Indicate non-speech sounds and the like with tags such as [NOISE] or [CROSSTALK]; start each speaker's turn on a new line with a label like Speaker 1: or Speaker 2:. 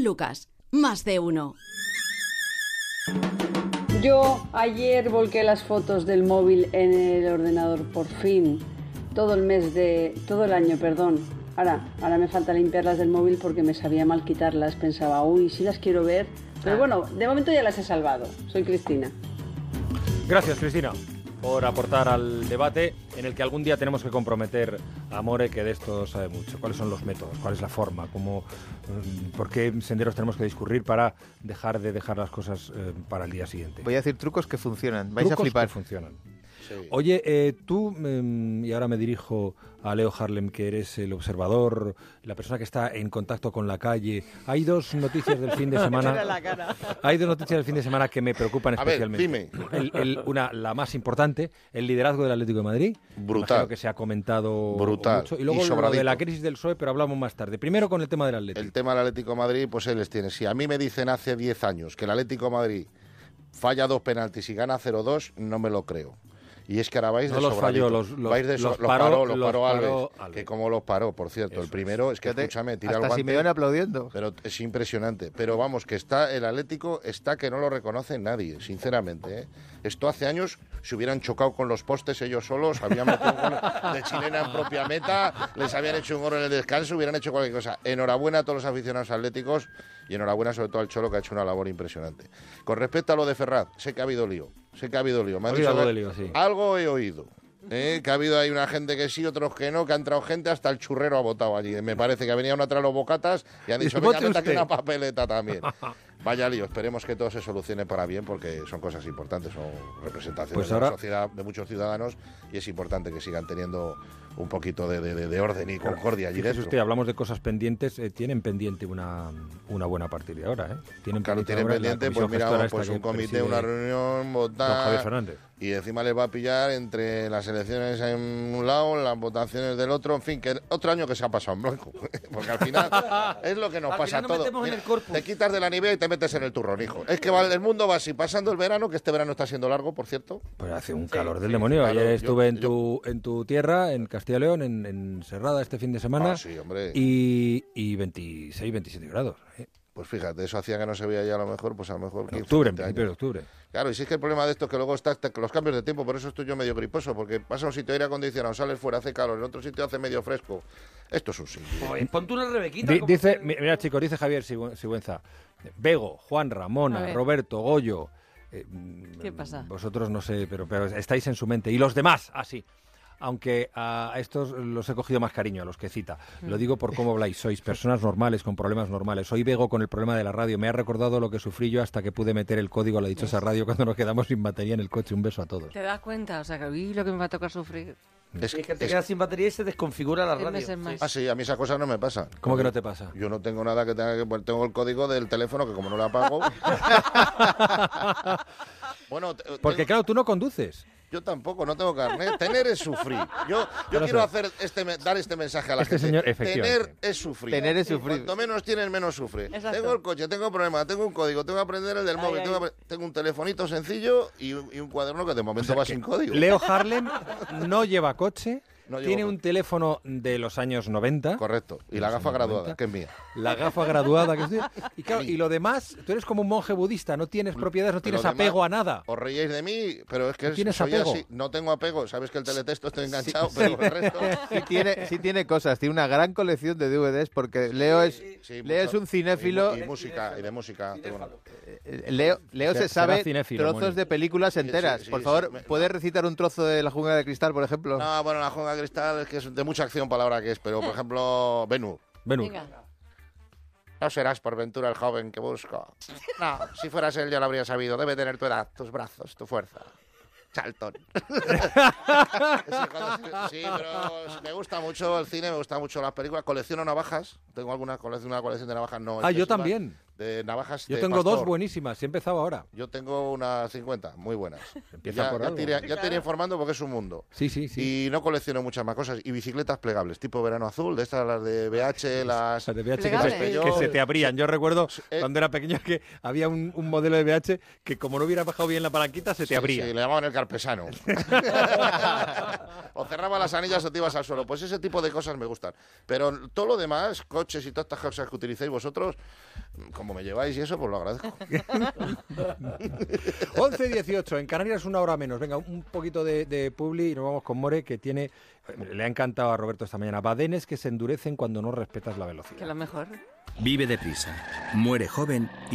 Speaker 1: Lucas, más de uno.
Speaker 2: Yo ayer volqué las fotos del móvil en el ordenador por fin. Todo el mes de. todo el año, perdón. Ahora, ahora me falta limpiarlas del móvil porque me sabía mal quitarlas. Pensaba, uy, sí las quiero ver. Pero bueno, de momento ya las he salvado. Soy Cristina.
Speaker 3: Gracias, Cristina, por aportar al debate en el que algún día tenemos que comprometer a More, que de esto sabe mucho. ¿Cuáles son los métodos? ¿Cuál es la forma? ¿Cómo, mm, ¿Por qué senderos tenemos que discurrir para dejar de dejar las cosas eh, para el día siguiente?
Speaker 4: Voy a decir trucos que funcionan. Vais
Speaker 3: Trucos
Speaker 4: a flipar.
Speaker 3: que funcionan. Oye, eh, tú, mm, y ahora me dirijo a Leo Harlem, que eres el observador, la persona que está en contacto con la calle. Hay dos noticias del
Speaker 5: [LAUGHS]
Speaker 3: fin de semana. Hay dos noticias del fin de semana que me preocupan
Speaker 5: A ver,
Speaker 3: especialmente. El- el- una, la más importante, el liderazgo del Atlético de Madrid.
Speaker 5: Brutal.
Speaker 3: Imagino que se ha comentado
Speaker 5: Brutal.
Speaker 3: mucho. Y
Speaker 5: Y
Speaker 3: luego lo de
Speaker 5: sobradito.
Speaker 3: la crisis del PSOE, pero hablamos más tarde. Primero con el tema del Atlético.
Speaker 5: El tema del Atlético de Madrid, pues él les tiene. Si a mí me dicen hace 10 años que el Atlético de Madrid falla dos penaltis y gana 0-2, no me lo creo. Y es que ahora vais
Speaker 3: No
Speaker 5: de
Speaker 3: los
Speaker 5: sobradito.
Speaker 3: falló, los- los-
Speaker 5: Vais de so-
Speaker 3: los
Speaker 5: los
Speaker 3: paró-
Speaker 5: paró, los
Speaker 3: los
Speaker 5: paró
Speaker 3: paró
Speaker 5: Alves,
Speaker 3: Alves.
Speaker 5: Que como los paró, por cierto.
Speaker 3: Eso
Speaker 5: el primero es que,
Speaker 4: Fíjate,
Speaker 5: escúchame, tira el
Speaker 4: Hasta
Speaker 5: guante.
Speaker 4: Simeone aplaudiendo.
Speaker 5: Pero es impresionante. Pero vamos, que está el Atlético, está que no lo reconoce nadie, sinceramente. ¿eh? Esto hace años se hubieran chocado con los postes ellos solos, habían metido un gol de chilena en propia meta, les habían hecho un gol en el descanso, hubieran hecho cualquier cosa. Enhorabuena a todos los aficionados atléticos y enhorabuena sobre todo al Cholo que ha hecho una labor impresionante. Con respecto a lo de Ferraz, sé que ha habido lío, sé que ha habido lío. Me han
Speaker 3: Ha habido
Speaker 5: dicho
Speaker 3: algo
Speaker 5: que-
Speaker 3: de lío, sí.
Speaker 5: algo he oído. ¿eh? Que ha habido ahí una gente que sí, otros que no, que ha entrado gente, hasta el churrero ha votado allí. Me parece que venía uno tras los bocatas y han dicho,
Speaker 3: [LAUGHS] Y
Speaker 5: venga,
Speaker 3: vote
Speaker 5: vete aquí
Speaker 3: usted".
Speaker 5: una
Speaker 3: [LAUGHS]
Speaker 5: papeleta también. Vaya lío, esperemos que todo se solucione para bien porque son cosas importantes, son representaciones
Speaker 3: Pues
Speaker 5: de
Speaker 3: ahora-
Speaker 5: la sociedad, de muchos ciudadanos y es importante que sigan teniendo un poquito de, de- de- de orden y concordia allí
Speaker 3: Fíjese
Speaker 5: dentro.
Speaker 3: usted, hablamos de cosas pendientes. eh, tienen pendiente una, una buena partida ahora, ¿eh? Tienen
Speaker 5: Claro, tienen
Speaker 3: ahora la
Speaker 5: pendiente,
Speaker 3: comisión
Speaker 5: pues mira,
Speaker 3: gestora esta
Speaker 5: pues
Speaker 3: que
Speaker 5: un comité,
Speaker 3: preside
Speaker 5: una reunión,
Speaker 3: don Javier
Speaker 5: votar,
Speaker 3: Fernández.
Speaker 5: Y encima les va a pillar entre las elecciones en un lado, las votaciones del otro, en fin, que otro año que se ha pasado en blanco. [LAUGHS] Porque al final es lo que nos
Speaker 6: Al
Speaker 5: pasa
Speaker 6: final
Speaker 5: a
Speaker 6: nos
Speaker 5: todos.
Speaker 6: metemos en
Speaker 5: Mira,
Speaker 6: el corpus.
Speaker 5: Te quitas de la nieve y te metes en el turrón, hijo. Es que va- el mundo va así, pasando el verano, que este verano está siendo largo, por cierto.
Speaker 3: Pues hace un calor del demonio.
Speaker 5: claro,
Speaker 3: Ayer
Speaker 5: yo-
Speaker 3: estuve en,
Speaker 5: yo-
Speaker 3: tu, en tu tierra, en Castilla y León, en, en Serrada este fin de semana.
Speaker 5: Ah, sí, hombre.
Speaker 3: Y, y 26, 27 grados. ¿eh?
Speaker 5: Pues fíjate, eso hacía que no se veía ya a lo mejor, pues a lo mejor.
Speaker 3: En
Speaker 5: 15,
Speaker 3: octubre, en
Speaker 5: 20 años.
Speaker 3: principio de octubre.
Speaker 5: Claro, y si es que el problema de esto es que luego está hasta que los cambios de tiempo, por eso estoy yo medio griposo, porque pasa un sitio aire acondicionado, sales fuera, hace calor, en otro sitio hace medio fresco. Esto es un sitio.
Speaker 6: Pues ponte una rebequita.
Speaker 3: Di-
Speaker 6: como-
Speaker 3: dice, mi- mira chicos, dice Javier Sigu- Sigüenza, Bego, Juan,
Speaker 1: A
Speaker 3: Ramona,
Speaker 1: ver.
Speaker 3: Roberto, Goyo. eh, mm,
Speaker 1: ¿Qué pasa?
Speaker 3: Vosotros no sé, pero, pero estáis en su mente. Y los demás, así. Aunque a estos los he cogido más cariño, a los que cita.
Speaker 1: Mm.
Speaker 3: Lo digo por cómo habláis. Sois personas normales, con problemas normales. Hoy Bego con el problema de la radio. Me ha recordado lo que sufrí yo hasta que pude meter el código a la dichosa radio cuando nos quedamos sin batería en el coche. Un beso a todos.
Speaker 7: ¿Te das cuenta? O sea, que vi lo que me va a tocar sufrir.
Speaker 5: Es,
Speaker 6: Y es que te
Speaker 5: es-
Speaker 6: quedas sin batería y se desconfigura la
Speaker 7: Tres
Speaker 6: radio.
Speaker 7: meses más.
Speaker 5: Ah, sí, a mí esas cosas no me pasan.
Speaker 3: ¿Cómo que no te pasa?
Speaker 5: Yo no tengo nada que tenga que poner. Tengo el código del teléfono que como no lo
Speaker 6: [LAUGHS]
Speaker 5: apago. bueno, te-
Speaker 3: Porque
Speaker 5: tengo-
Speaker 3: claro, tú no conduces.
Speaker 5: yo tampoco, no tengo carnet. Tener es sufrir. Yo, yo
Speaker 3: Pero
Speaker 5: quiero
Speaker 3: eso-
Speaker 5: hacer este me- dar este mensaje a la
Speaker 3: Este
Speaker 5: gente.
Speaker 3: señor- efectivamente.
Speaker 5: Tener es sufrir.
Speaker 4: Tener es sufrir.
Speaker 5: Cuanto menos tienes, menos sufre.
Speaker 1: Exacto.
Speaker 5: Tengo el coche, tengo problemas, tengo un código, tengo que aprender el del móvil, Tengo, que apre- tengo un telefonito sencillo y un, y un cuaderno que de momento va sin código.
Speaker 3: Leo Harlem no lleva coche,
Speaker 5: No llevo
Speaker 3: tiene
Speaker 5: coche.
Speaker 3: un teléfono de los años 90,
Speaker 5: Correcto. Y la
Speaker 3: Los
Speaker 5: gafa
Speaker 3: años
Speaker 5: graduada,
Speaker 3: 90.
Speaker 5: que es mía.
Speaker 3: la gafa graduada que estoy. Y, claro,
Speaker 5: Sí. Mm,
Speaker 3: y lo demás, tú eres como un monje budista, no tienes propiedades, no
Speaker 5: Pero
Speaker 3: tienes
Speaker 5: demás,
Speaker 3: apego a nada.
Speaker 5: Os reíis de mí, pero es que
Speaker 3: No tienes
Speaker 5: soy
Speaker 3: apego.
Speaker 5: así. No tengo apego. Sabes que el teletexto estoy enganchado, pero el
Speaker 3: [LAUGHS]
Speaker 5: resto...
Speaker 4: Sí tiene, sí tiene cosas, tiene una gran colección de DVDs porque Leo es,
Speaker 5: Sí,
Speaker 4: Leo es
Speaker 5: mucho.
Speaker 4: un cinéfilo,
Speaker 5: Y, mu- y música, y de música. tengo una-
Speaker 4: eh, Leo, Leo
Speaker 3: Será
Speaker 4: se sabe
Speaker 3: cinéfilo, Moni.
Speaker 4: trozos de películas enteras.
Speaker 5: sí,
Speaker 4: Por
Speaker 5: sí,
Speaker 4: favor,
Speaker 5: me- no.
Speaker 4: ¿puedes recitar un trozo de La jungla de cristal, por ejemplo?
Speaker 5: No, bueno, la jonga cristal es que es de mucha acción palabra que es, pero por ejemplo, Benur.
Speaker 3: Benur.
Speaker 1: Venga,
Speaker 5: No serás por ventura el joven que busco. No, si fueras él ya lo habría sabido. Debe tener tu edad, tus brazos, tu fuerza. Charlton. Sí, cuando- sí, pero me gusta mucho el cine, me gusta mucho las películas. Colecciono navajas. Tengo alguna colección, una colección de navajas. No,
Speaker 3: Ah, yo
Speaker 5: excesiva.
Speaker 3: también.
Speaker 5: de navajas
Speaker 3: Yo
Speaker 5: de
Speaker 3: tengo dos
Speaker 5: Este pastor.
Speaker 3: buenísimas, he empezado ahora.
Speaker 5: Yo tengo unas 50, muy buenas.
Speaker 3: Empieza
Speaker 5: ya,
Speaker 3: por
Speaker 5: ya
Speaker 3: algo.
Speaker 5: te iré- ya te iré informando porque es un mundo.
Speaker 3: Sí, sí, sí.
Speaker 5: Y no colecciono muchas más cosas. Y bicicletas plegables, tipo verano azul, de estas, las de BH, las...
Speaker 3: Las de VH que
Speaker 7: Plegables.
Speaker 3: se,
Speaker 5: Yo-
Speaker 3: que se te abrían. Yo recuerdo
Speaker 5: eh.
Speaker 3: cuando era pequeño que había un, un modelo de VH que como no hubiera bajado bien la palanquita se te
Speaker 5: Sí,
Speaker 3: abría.
Speaker 5: sí, le llamaban
Speaker 3: [LAUGHS]
Speaker 5: el carpesano. o cerraba las anillas o te ibas al suelo. Pues ese tipo de cosas me gustan. Pero todo lo demás, coches y todas estas cosas que utilicéis vosotros, como me lleváis y eso, pues lo agradezco.
Speaker 3: 11 18 en Canarias una hora menos. Venga, un poquito de, de publi y nos vamos con More, que tiene... Le ha encantado a Roberto esta mañana. Badenes que se endurecen cuando no respetas la velocidad.
Speaker 7: Que a lo mejor.
Speaker 8: Vive deprisa, muere joven y